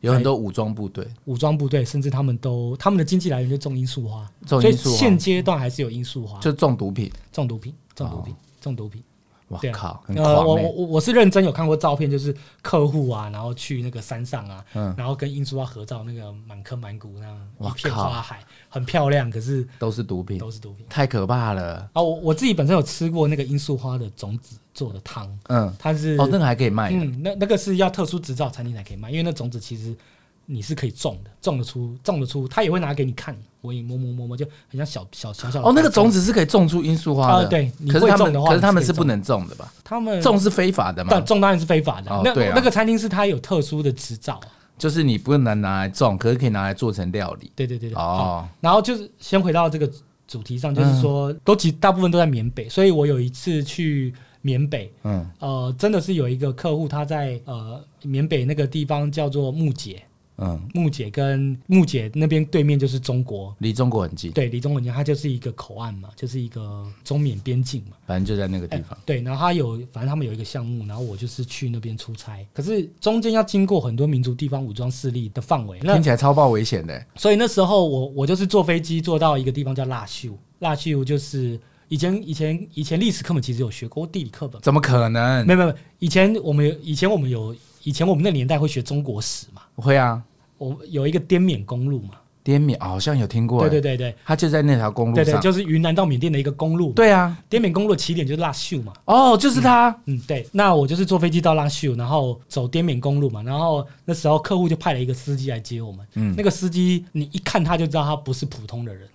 有很多武装部队，武装部队，甚至他们都他们的经济来源就种罂粟花，种所以罂粟现花嗯阶段还是有罂粟花，啊就中毒品。中毒品，中毒品，中毒品。哇对啊靠，哦很呃，我狂我欸！我我是认真有看过照片，就是客户啊，然后去那个山上啊，嗯然后跟罂粟花合照，那个满坑满谷那样哇一片靠花海，很漂亮，可是都是毒品，都是毒品。太可怕了。啊，我我自己本身有吃过那个罂粟花的种子做的汤，嗯，它是哦，那个还可以卖的。嗯，那那个是要特殊执照餐厅才可以卖，因为那种子其实你是可以种的，种得出，种得出，他也会拿给你看，我也摸摸摸摸，就很像小小小小的哦，那个种子，子是可以种出罂粟花的，啊对你可是他会种们，的话可是他们你是是可以不能种的吧？他们种是非法的嘛但，种当然是非法的，哦那、对啊那个餐厅是它有特殊的执照啊、就是你不能拿来种，可是可以拿来做成料理。对对对对，好，哦，然后就是先回到这个主题上，嗯就是说、都其大部分都在缅北，所以我有一次去缅北，嗯呃，真的是有一个客户他在呃缅北那个地方叫做木姐，嗯，木姐跟木姐那边对面就是中国，离中国很近，对，离中国近，它就是一个口岸嘛，就是一个中缅边境嘛。哎反正就在那个地方。对，然后它有，反正他们有一个项目，然后我就是去那边出差，可是中间要经过很多民族地方武装势力的范围，哎那听起来超爆危险的欸，所以那时候我我就是坐飞机坐到一个地方叫腊秀，腊秀就是以前以前以前历史课本其实有学过地理课本，怎么可能？没有没有，没有以前我们有以前我们有以前我们那年代会学中国史嘛，会啊，我有一个滇缅公路嘛，滇缅哦好像有听过，对欸对对对。它就在那条公对路对，上。就是云南到缅甸的一个公路。对啊，滇缅公路的起点就是腊秀嘛。哦，就是它。嗯，对。那我就是坐飞机到腊秀，然后走滇缅公路嘛。然后那时候客户就派了一个司机来接我们。嗯那个司机你一看他就知道他不是普通的人，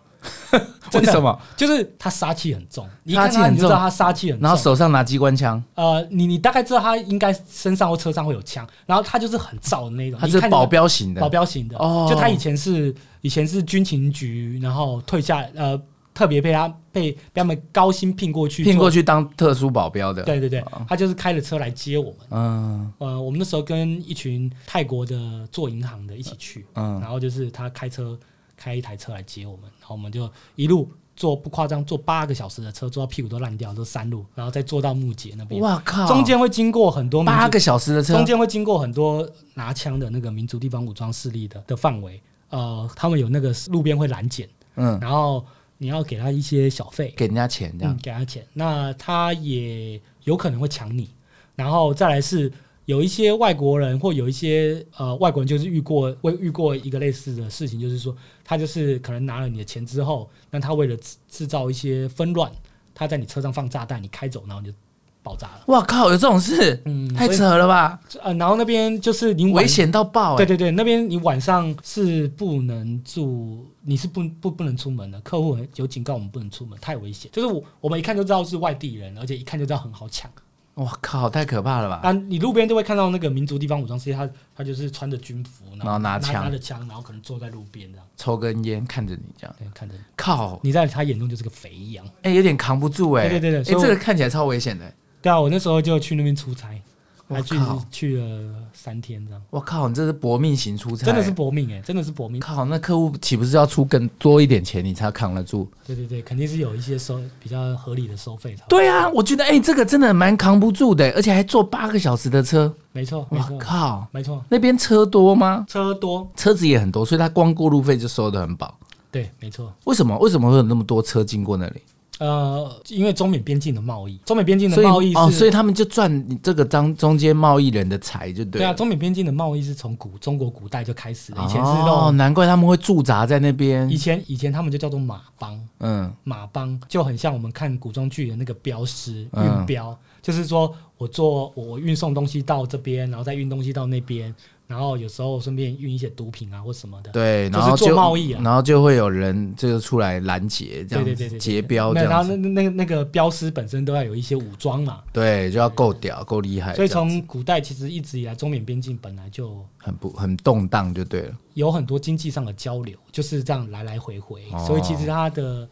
为真的什么？就是他杀气很重。你一杀看气他很你就知重道他杀气很然后重。手上拿机关枪，呃，你你大概知道他应该身上或车上会有枪，然后他就是很燥的那种，它你是看就保镖型保的。镖型的，哦就他以前是以前是军情局，然后退下呃特别被他被被他们高薪聘过去聘做过去当特殊保镖的，哦对对对，他就是开着车来接我们。嗯呃，我们那时候跟一群泰国的做银行的一起去，嗯，然后就是他开车开一台车来接我们，然后我们就一路坐不夸张坐八个小时的车，坐到屁股都烂掉，都山路，然后再坐到木姐那边。哇靠，中间会经过很多民族八个小时的车中，间会经过很多拿枪的那个民族地方武装势力的的范围，呃，他们有那个路边会拦检，嗯，然后你要给他一些小费，给人家钱这嗯样，，给他钱，那他也有可能会抢你。然后再来是有一些外国人或有一些呃外国人就是遇过会遇过一个类似的事情，就是说他就是可能拿了你的钱之后，那他为了制制造一些纷乱，他在你车上放炸弹，你开走，然后你就爆炸了。哇靠，有这种事，嗯，太所以扯了吧，呃，然后那边就是你晚危险到爆对哎！对对，那边你晚上是不能住，你是不不不能出门的。客户有警告我们不能出门，太危险。就是我我们一看就知道是外地人，而且一看就知道很好抢。哇靠，太可怕了吧！啊，你路边就会看到那个民族地方武装势力，他他就是穿着军服，然然后后拿枪拿着枪，然后可能坐在路边这样，抽根烟看着你这样，对，看着你，靠，你在他眼中就是个肥羊。哎，有点扛不住哎！对对对对所以哎，我这个看起来超危险的。哎对啊，我那时候就去那边出差，我还去靠去了三天这样，我靠，你这是搏命型出差，真的是搏命哎、真的是搏命。靠！那客户岂不是要出更多一点钱，你才扛得住？对对对，肯定是有一些收比较合理的收费才会。对啊，我觉得哎，这个真的蛮扛不住的，而且还坐八个小时的车。没错没哇错靠，没错，那边车多吗？车多车子也很多，所以他光过路费就收的很饱。对，没错。为什么？为什么会有那么多车经过那里？呃，因为中缅边境的贸易，中缅边境的所以贸易是，哦，所以他们就赚你这个当中间贸易人的财，就对对了。啊，中缅边境的贸易是从古中国古代就开始的，以前是那哦，种，难怪他们会驻扎在那边以。前以前他们就叫做马帮，嗯，马帮就很像我们看古装剧的那个镖师嗯运镖，就是说我做我我运送东西到这边，然后再运东西到那边，然后有时候顺便运一些毒品啊或什么的，对，就然是后做贸易啊然后就会有人就出来拦截，这对样对对对子对截标那这然样后子，那那那那个镖师本身都要有一些武装嘛，对，就要够屌、够厉哎害这所以样子，从古代其实一直以来中缅边境本来就很不很动荡就对了。有很多经济上的交流，就是这样来来回回，哦所以其实它的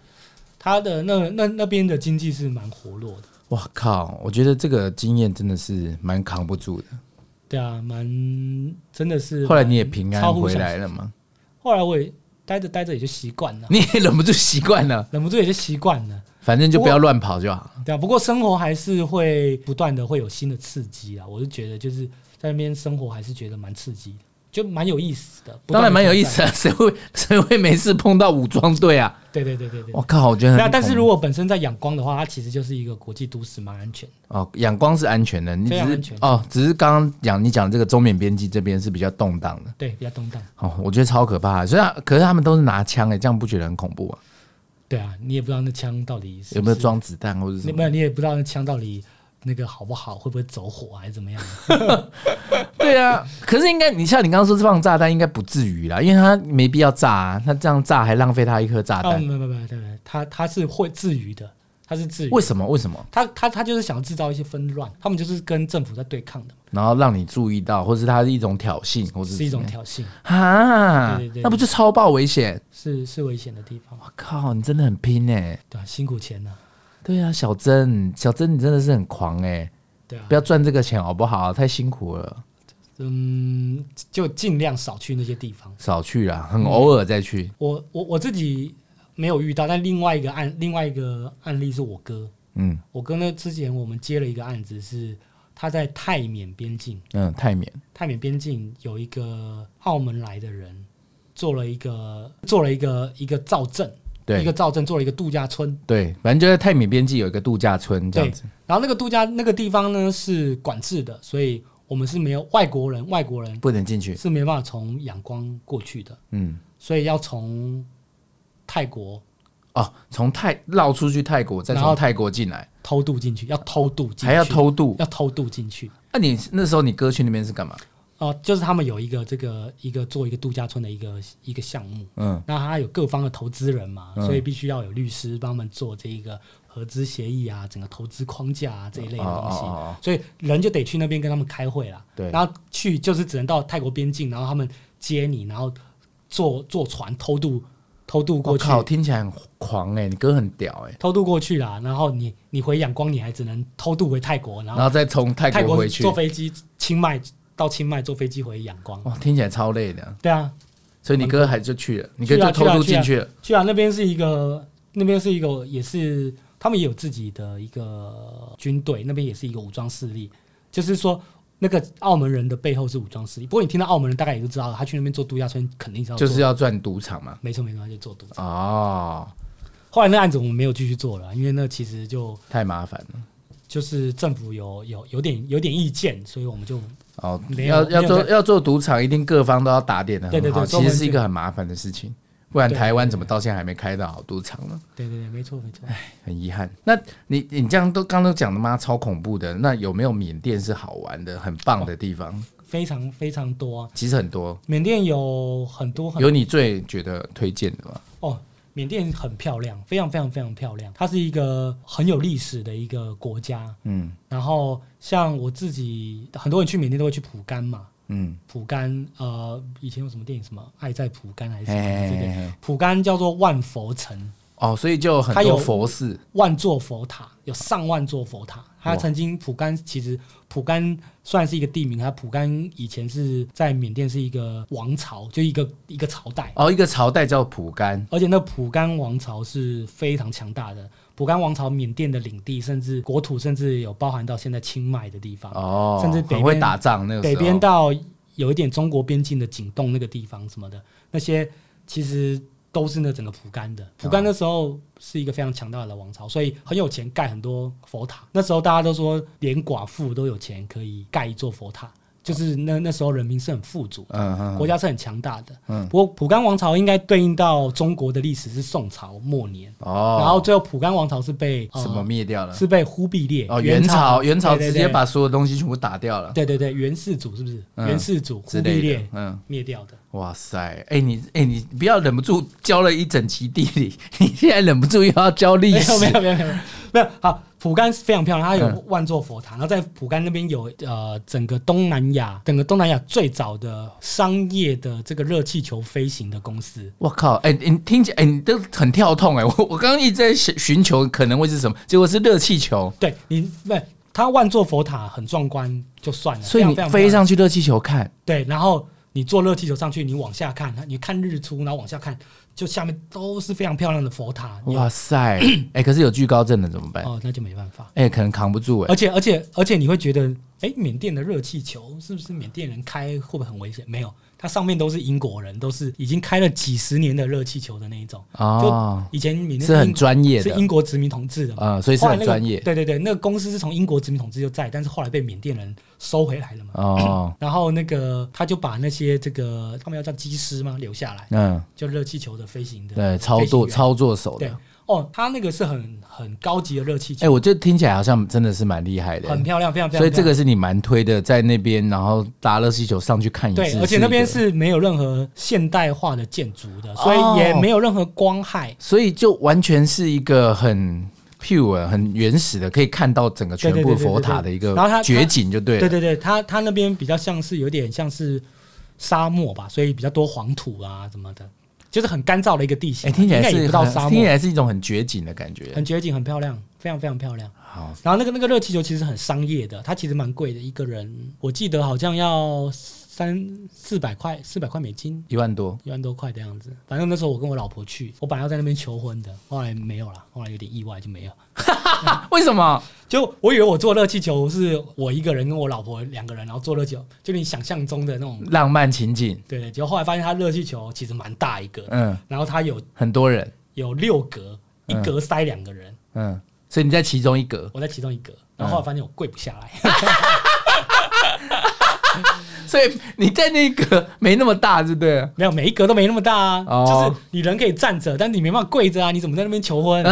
他的那那那边的经济是蛮活络的，哇靠！我觉得这个经验真的是蛮扛不住的。对啊，蛮真的是蛮。后来你也平超安乎回想来了吗？后来我也待着待着也就习惯了，你也忍不住习惯 [laughs] 了，忍不住也就习惯了。反正就不要乱跑就好。对啊，不过生活还是会不断的会有新的刺激啊。我是觉得就是在那边生活还是觉得蛮刺激的，就蛮有意思的。不当断地然蛮有意挑思啊，谁会谁会没事碰到武装队啊？战。对对对对对我。靠，我觉得很那但是恐如果本身在仰光的话，它其实就是一个国际都市，蛮安全的。哦，仰光是安全的，你只非常是安全哦，只是刚刚讲你讲这个中缅边境这边是比较动荡的，对，比较动荡。哦，我觉得超可怕的。虽然可是他们都是拿枪欸诶，这样不觉得很恐怖啊？对啊，你也不知道那枪到底是有没有不是？装子弹或者是什你么？没有，你也不知道那枪到底那个好不好，会不会走火还是怎么样？对啊，可是应该你像你刚刚说是放炸弹，应该不至于啦，因为他没必要炸啊，他这样炸还浪费他一颗炸啊，弹，没有没有没有没有，他他是会治愈的，他是治愈的。为什么？为什么？他他他就是想要制造一些纷乱，他们就是跟政府在对抗的嘛，然后让你注意到，或是它是一种挑衅，或是是一种怎么样挑衅，啊对对，对那不就超爆危险？是是危险的地方，我靠，你真的很拼哎、对啊，辛苦钱呐、对啊，小珍，小珍，你真的是很狂哎、对啊不，要赚这个钱好不好？太辛苦了，嗯，就尽量少去那些地方。少去啦，很偶尔再去。我我我自己没有遇到，但另外一个案另外一个案例是我哥，嗯我哥呢之前我们接了一个案子是他在泰缅边境，嗯，泰缅泰缅边境有一个澳门来的人做了一个做了一个一个造镇，一对个造镇做了一个度假村。对，反正就在泰缅边境有一个度假村这样子。然后那个度假那个地方呢是管制的，所以我们是没有外国人，外国人不能进去，是没办法从仰光过去的，嗯，所以要从泰国哦，从泰绕出去泰国，再然后从泰国进来，偷渡进去，要偷渡进去，还要偷渡。要偷渡进去。那、你那时候你哥去那边是干嘛？哦、就是他们有一个这个一个做一个度假村的一个一个项目，嗯，那他有各方的投资人嘛，嗯所以必须要有律师帮他们做这一个合资协议啊，整个投资框架啊这一类的东西。哦，所以人就得去那边跟他们开会啦。对然后去就是只能到泰国边境，然后他们接你，然后坐坐船偷渡，偷渡我过去，哦靠，听起来很狂哎、你哥很屌哎、偷渡过去啦。然后你你回仰光，你还只能偷渡回泰国，然然后后再从泰泰国国回去坐，飞机清迈到清迈坐飞机回仰光。哇，听起来超累的。对啊，所以你哥还就去了，你哥去就啊偷去啊渡去啊进去了。去啊，那边是一个那边是一个也是他们也有自己的一个军队，那边也是一个武装势力，就是说。那个澳门人的背后是武装势力，不过你听到澳门人大概也就知道了，他去那边做度假村肯定是要就做是要赚赌场嘛。没错没错，他就做赌。哦，后来那案子我们没有继续做了，因为那其实就太麻烦了。就是政府有有有点有点意见，所以我们就哦，没有要要没有做在要做赌场，一定各方都要打点的对很对好，对其实是一中个很麻烦的事情。不然对台湾怎么到现在还没开到好赌场呢？对对对，没错没错。很遗憾。那你你这样都刚刚都讲的妈超恐怖的。那有没有缅甸是好玩的、很棒的地方？非常非常多、啊，其实很多，缅甸有很多很有你最觉得推荐的吗？哦，缅甸很漂亮，非常非常非常漂亮，它是一个很有历史的一个国家。嗯然后像我自己，很多人去缅甸都会去蒲甘嘛，嗯，蒲甘呃，以前有什么电影什么《爱在蒲甘》还是什么哎这个，蒲甘叫做万佛城，哦，所以就有很它多有佛寺，万座佛塔，有上万座佛塔。它哇曾经蒲甘其实蒲甘虽然是一个地名，它蒲甘以前是在缅甸是一个王朝，就一个一个朝代，哦，一个朝代叫蒲甘，而且那蒲甘王朝是非常强大的。蒲甘王朝缅甸的领地，甚至国土，甚至有包含到现在清迈的地方，哦，甚至北很会边打仗那个时候北边到有一点中国边境的景洞那个地方什么的，那些其实都是那整个蒲甘哦的。蒲甘那时候是一个非常强大的王朝，所以很有钱盖很多佛塔。那时候大家都说，连寡妇都有钱可以盖一座佛塔，就是那那时候人民是很富足，嗯嗯，国家是很强大的。嗯不过蒲甘王朝应该对应到中国的历史是宋朝末年，哦，然后最后蒲甘王朝是被、呃什么灭掉了？是被忽必烈哦，元朝，元朝对对直接对把所有东西全部打掉了，对对对元世祖是不是？嗯元世祖忽之必类烈的。嗯，灭掉的。哇塞，哎、你哎、你不要忍不住 [laughs] 教了一整期地理，你现在忍不住又要教历没史嗯有没有没有没有没有好，蒲甘是非常漂亮，它有万座佛塔，然后在蒲甘那边有呃整个东南亚，整个东南亚最早的商业的这个热气球飞行的公司。我靠，哎、你听起来，哎、你都很跳痛哎、我我刚刚一直在寻寻求可能会是什么，结果是热气球，对你不，它万座佛塔很壮观就算了，所以非你常非常飞漂亮上去热气球看，对，然后你坐热气球上去，你往下看，你看日出，然后往下看，就下面都是非常漂亮的佛塔。你哇塞， [clears throat] 哎、可是有惧高症的怎么办？哦，那就没办法。哎、可能扛不住哎、而且而且而且你会觉得，哎、缅甸的热气球是不是缅甸人开会不会很危险？没有，它上面都是英国人，都是已经开了几十年的热气球的那一种。哦，以前缅甸是很英专业是的英国殖民统治的嘛，啊、所以是后来很那个专业、对对对，那个公司是从英国殖民统治就在，但是后来被缅甸人收回来了嘛。哦，然后那个他就把那些这个他们要叫机师吗留下来，嗯，就热气球的飞行的对，操作飞行员操作手的对，哦，他那个是很很高级的热气哎、球，我觉得听起来好像真的是蛮厉害的、很漂亮，非常非哎常漂亮。所以这个是你蛮推的，在那边然后搭热气球上去看一次，对，而且那边一个，是没有任何现代化的建筑的，所哦以也没有任何光害。所以就完全是一个很 pure、很原始的，可以看到整个全部对对对对佛塔的一个对然后它绝景，就对对了。对对，它它那边比较像是有点像是沙漠吧，所以比较多黄土啊什么的，就是很干燥的一个地形哎，啊。听起来应该也是不到沙很听起漠，来是一种很绝景的感觉。很绝景，很漂亮，非常非常漂亮。好，然后那个那个热气球其实很商业的，它其实蛮贵的，一个人我记得好像要三四百块，四百块美金。一万多，一万多块的样子。反正那时候我跟我老婆去，我本来要在那边求婚的，后来没有了，后来有点意外就没有。啊为什么？就我以为我坐热气球是我一个人跟我老婆两个人，然后坐热气球，就你想象中的那种。浪漫情景，对对，结果后来发现它热气球其实蛮大一个，嗯，然后它有很多人，有六格，一格塞两个人，嗯，所以你在其中一格，我在其中一格，嗯然后后来发现我跪不下来， [laughs] 所以你在那一格没那么大，就对了。没有每一格都没那么大啊，哦就是你人可以站着，但你没办法跪着啊，你怎么在那边求 [laughs] 婚？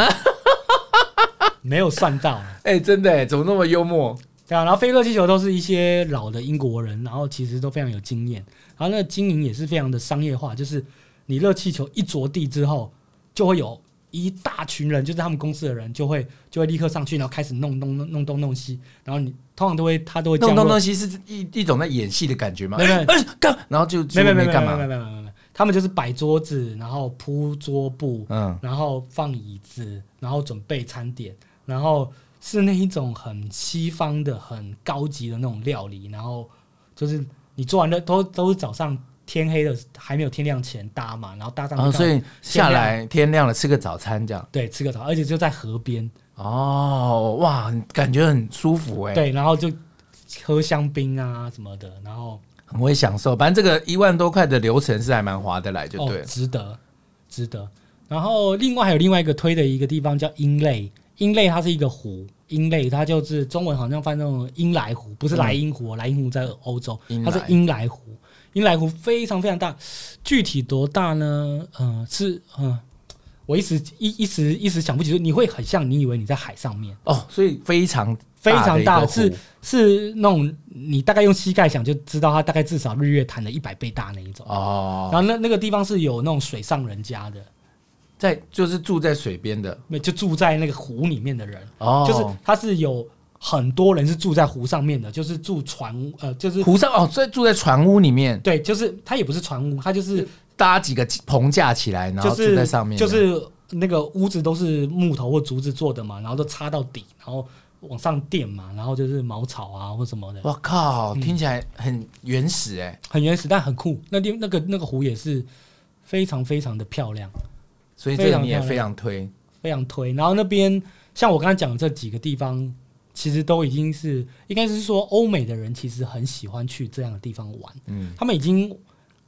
没有算到啊。哎、真的哎，怎么那么幽默？对啊，然后飞热气球都是一些老的英国人，然后其实都非常有经验，然后那个经营也是非常的商业化，就是你热气球一着地之后，就会有一大群人，就是他们公司的人，就会就会立刻上去，然后开始弄弄弄弄东弄西，然后你通常都会他都会弄降弄落东，西是一一种在演戏的感觉吗？没有没有哎干，然后就没没没没干没没嘛？没没没没，他们就是摆桌子，然后铺桌布，嗯，然后放椅子，然后准备餐点，然后是那一种很西方的、很高级的那种料理，然后就是你做完了都都是早上天黑的，还没有天亮前搭嘛，然后搭上然去后看、哦所以下来天亮了，吃个早餐这样。对吃个早，而且就在河边，哦，哇，感觉很舒服哎，对，然后就喝香槟啊什么的，然后很会享受。反正这个一万多块的流程是还蛮划得来，就对哦了。值得值得。然后另外还有另外一个推的一个地方叫英类，英类它是一个湖。英类，它就是中文好像翻成英莱湖，不是莱茵嗯湖哦，莱茵湖在欧洲，英它是莱英莱湖，英莱湖非常非常大，具体多大呢？嗯、是嗯、呃我一时一一时一时想不起，你会很像你以为你在海上面，哦，所以非常非常大的一大，个湖是是那种你大概用膝盖想就知道它大概至少日月潭的一百倍大那一种。然哦，后那那个地方是有那种水上人家的，在就是住在水边的没就住在那个湖里面的人，哦，就是他是有很多人是住在湖上面的，就是住船屋，呃，就是湖上哦，在住在船屋里面对，就是他也不是船屋，他就是搭几个棚架起来，然就后是住在上面这就样，是那个屋子都是木头或竹子做的嘛，然后都插到底，然后往上垫嘛，然后就是茅草啊或什么的，我嗯靠，听起来很原始哎、很原始但很酷。那地那个那个湖也是非常非常的漂亮。所以这非个常你也漂亮非常推。非常推。然后那边像我刚才讲的这几个地方，其实都已经是应该是说欧美的人其实很喜欢去这样的地方玩，嗯，他们已经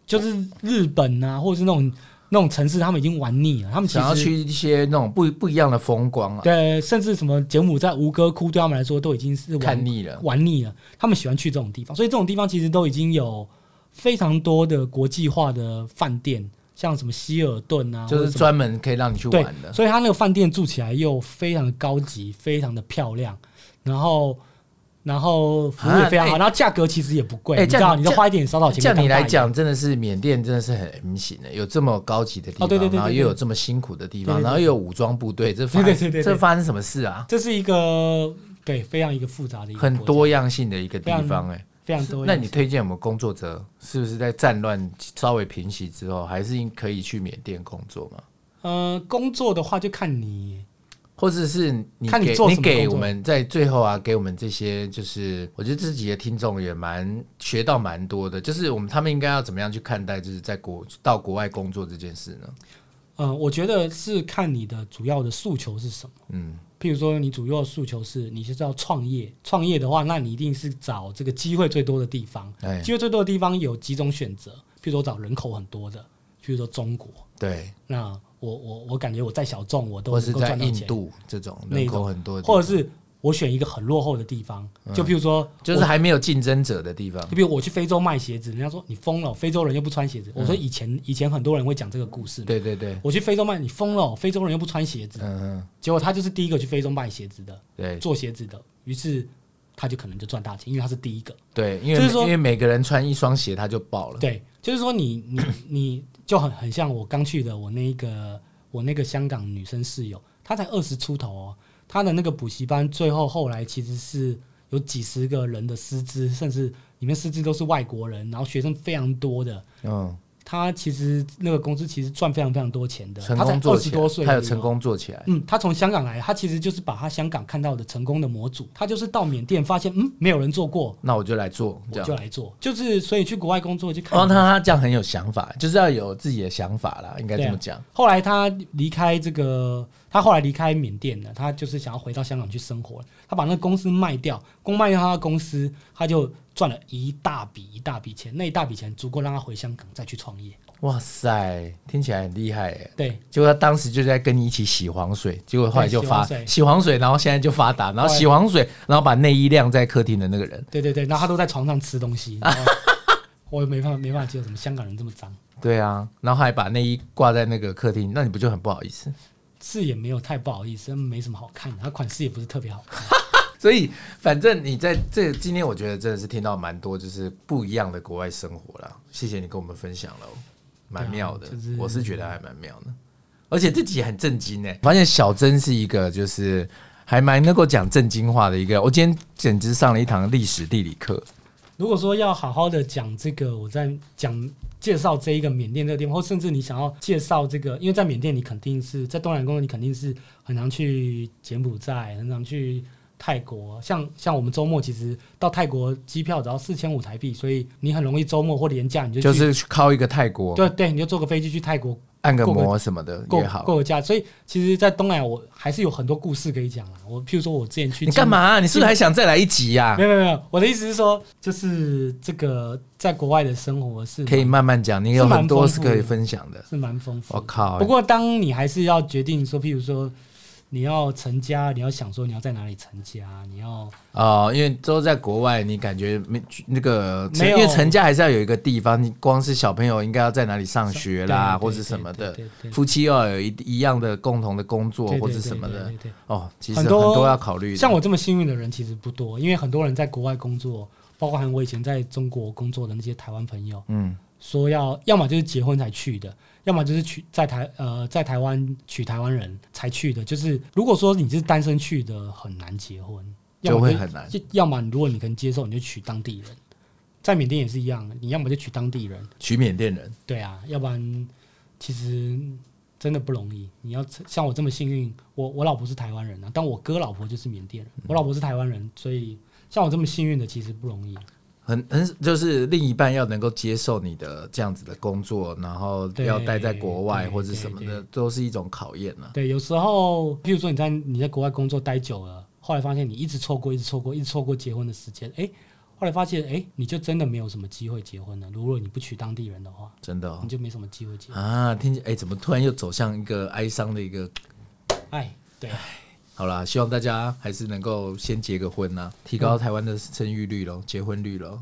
就是日本啊，或者是那种那种城市，他们已经玩腻了，他们其想要实。去一些那种不不一样的风光啊，对，甚至什么柬埔寨、吴哥窟，对他们来说都已经是玩看腻了。玩腻了。他们喜欢去这种地方，所以这种地方其实都已经有非常多的国际化的饭店，像什么希尔顿啊，就是或者什么专门可以让你去玩的，所以他那个饭店住起来又非常的高级，非常的漂亮，然后然后服务也非常好，啊哎然后价格其实也不贵，哎你知这道，样你就花一点小小钱。像你来，讲，真的是缅甸真的是很 M 型的，有这么高级的地方，哦对对对对然后又有这么辛苦的地对方，对对然后又有武装部队，这发对对对对对这发生什么事啊？这是一个对非常一个复杂的一个很国家多样性的一个地方、哎，非常多。那你推荐我们工作者是不是在战乱稍微平息之后，还是应可以去缅甸工作嘛？呃工作的话，就看你或者是你看你给做什么给工作我们在最后啊，给我们这些就是，我觉得自己的听众也蛮学到蛮多的，就是我们他们应该要怎么样去看待，就是在国到国外工作这件事呢？呃，我觉得是看你的主要的诉求是什么。嗯，譬如说，你主要的诉求是你就是要创业，创业的话，那你一定是找这个机会最多的地方。哎，机会最多的地方有几种选择，譬如说找人口很多的，譬如说中国。对，那我我我感觉我再小众，我都或能是够在赚到印钱，度这种那人种口很多的地方，嗯或者是我选一个很落后的地方，就譬如说，就是还没有竞争者的地方，就比如我去非洲卖鞋子，人家说你疯了，非洲人又不穿鞋子。我嗯说以前以前很多人会讲这个故事嘛，对对对，我去非洲卖，你疯了，非洲人又不穿鞋子。嗯嗯，结果他就是第一个去非洲卖鞋子的，对做鞋子的，于是他就可能就赚大钱，因为他是第一个。对，因为就是说因为每个人穿一双鞋他就爆了，对，就是说你 [coughs] 你你就很很像我刚去的我那一个我那个香港女生室友，她才二十出头哦，她的那个补习班最后后来其实是有几十个人的师资，甚至里面师资都是外国人，然后学生非常多的。嗯，她其实那个公司其实赚非常非常多钱的，成她啊才功二做十起多岁，哦啊来，他有成。功做起来，嗯，她从香港来，她其实就是把她香港看到的成功的模组，她就是到缅甸发现，嗯，没有人做过，那我就来做这样哦我就。来做，就是所以去国外工作就看然你后他这样很有想法，就是要有自己的想法啦，应该啊这么讲。后来他离开这个，他后来离开缅甸了，他就是想要回到香港去生活了。他把那个公司卖掉，公卖掉他的公司，他就赚了一大笔一大笔钱，那一大笔钱足够让他回香港再去创业。哇塞，听起来很厉害哎！对，结果他当时就在跟你一起洗黄水，结果后来就发对洗黄水洗黄水，然后现在就发达，然后后来洗黄水，然后把内衣晾在客厅的那个人，对对对，然后他都在床上吃东西，然后我也没办法没办法接受什么香港人这么脏，对啊，然后还把内衣挂在那个客厅，那你不就很不好意思？ [laughs] 是也没有太不好意思，没什么好看的，他款式也不是特别好看。所以，反正你在这今天，我觉得真的是听到蛮多就是不一样的国外生活啦。谢谢你跟我们分享了，蛮妙的，对啊就是我是觉得还蛮妙的，而且自己很震惊欸呢、发现小珍是一个就是还蛮能够讲正经话的一个，我今天简直上了一堂历史地理课。如果说要好好的讲这个，我在讲介绍这一个缅甸这个地方，或甚至你想要介绍这个，因为在缅甸你肯定是在东南亚工作，你肯定是很常去柬埔寨，很常去泰国。像像我们周末其实到泰国机票只要四千五台币，所以你很容易周末或廉价你就去，就是去靠一个泰国对对，你就坐个飞机去泰国按个过个摩什么的过也好。过个假。所以其实，在东南亚我还是有很多故事可以讲啦。我譬如说我之前去你干柬嘛、啊你是不是还想再来一集啊呀、没有没有没有，我的意思是说，就是这个在国外的生活是可以慢慢讲，你有是蛮很多丰是富可以的分享的。是蛮丰富我的。靠不！过，当你还是要决定说，譬如说你要成家，你要想说你要在哪里成家，你要哦，因为都在国外，你感觉没那个成，因没有为成家还是要有一个地方，你光是小朋友应该要在哪里上学啦，对或对者什么的，对对对夫妻要有一一样的共同的工作对对或者什么的对，对对哦，其实很很多多要考虑的。像我这么幸运的人其实不多，因为很多人在国外工作，包括还有我以前在中国工作的那些台湾朋友，嗯，说要要么就是结婚才去的，要么就是娶在台呃在台湾娶台湾人才去的。就是如果说你是单身去的，很难结婚，要就么会很难。就要么如果你能接受，你就娶当地人。在缅甸也是一样，你要么就娶当地人，娶缅甸人，对啊，要不然其实真的不容易。你要像我这么幸运，我我老婆是台湾人啊，但我哥老婆就是缅甸人，我老婆是台湾人，所以像我这么幸运的其实不容易。很很就是另一半要能够接受你的这样子的工作，然后对要待在国外对或者什么对的，都是一种考验啊呢。对，有时候，譬如说你在你在国外工作待久了，后来发现你一直错过，一直错过，一直错过结婚的时间，哎，后来发现，哎，你就真的没有什么机会结婚了。如果你不娶当地人的话，真的哦你就没什么机会结婚。啊，听起哎，怎么突然又走向一个哀伤的一个哎，对啊，好啦，希望大家还是能够先结个婚呐、提高台湾的生育率嗯咯，结婚率咯，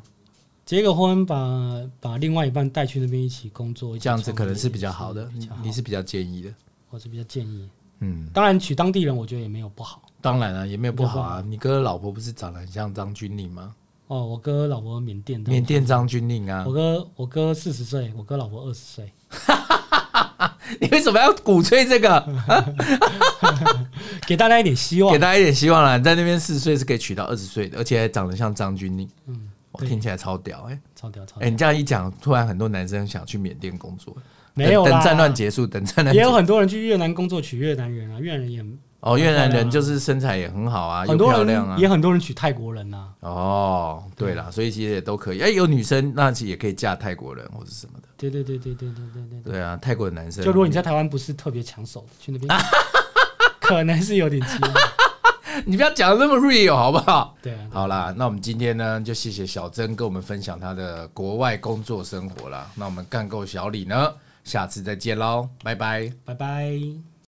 结个婚把把另外一半带去那边一起工作，一起这样子创可能业是比较好的。比较好你你是比较建议的，我是比较建议。嗯，当然，娶当地人我觉得也没有不好，当然了、也没有不好啊。你哥老婆不是长得很像张钧甯吗？哦，我哥老婆缅甸的，缅甸张钧甯啊我，哥我哥四十岁，我哥老婆二十岁， [laughs] 你为什么要鼓吹这个？给大家一点希望给。大家一点希望啦，你在那边四十岁是可以娶到二十岁的，而且还长得像张钧甯，嗯，我对听起来超屌哎、超屌超哎、屌，你这样一讲，突然很多男生想去缅甸工作。没有等啦等战乱结束，等战乱也结有束。很多人去越南工作娶越南人啊，越南人也哦，越南人就是身材也很好啊，又很多漂亮啊人，也很多人娶泰国人啊，哦，对嗯啦，所以其实也都可以。哎、有女生那其实也可以嫁泰国人或者什么的。对对对对对对对对对。对啊，泰国的男生。嗯就如果你在台湾不是特别抢手的，去 [laughs] 那边可能是有点机会。你不要讲的那么 real 好不好？对啊，好啦，那我们今天呢，就谢谢小珍跟我们分享她的国外工作生活啦。那我们干够小李呢，下次再见喽，拜拜。拜拜。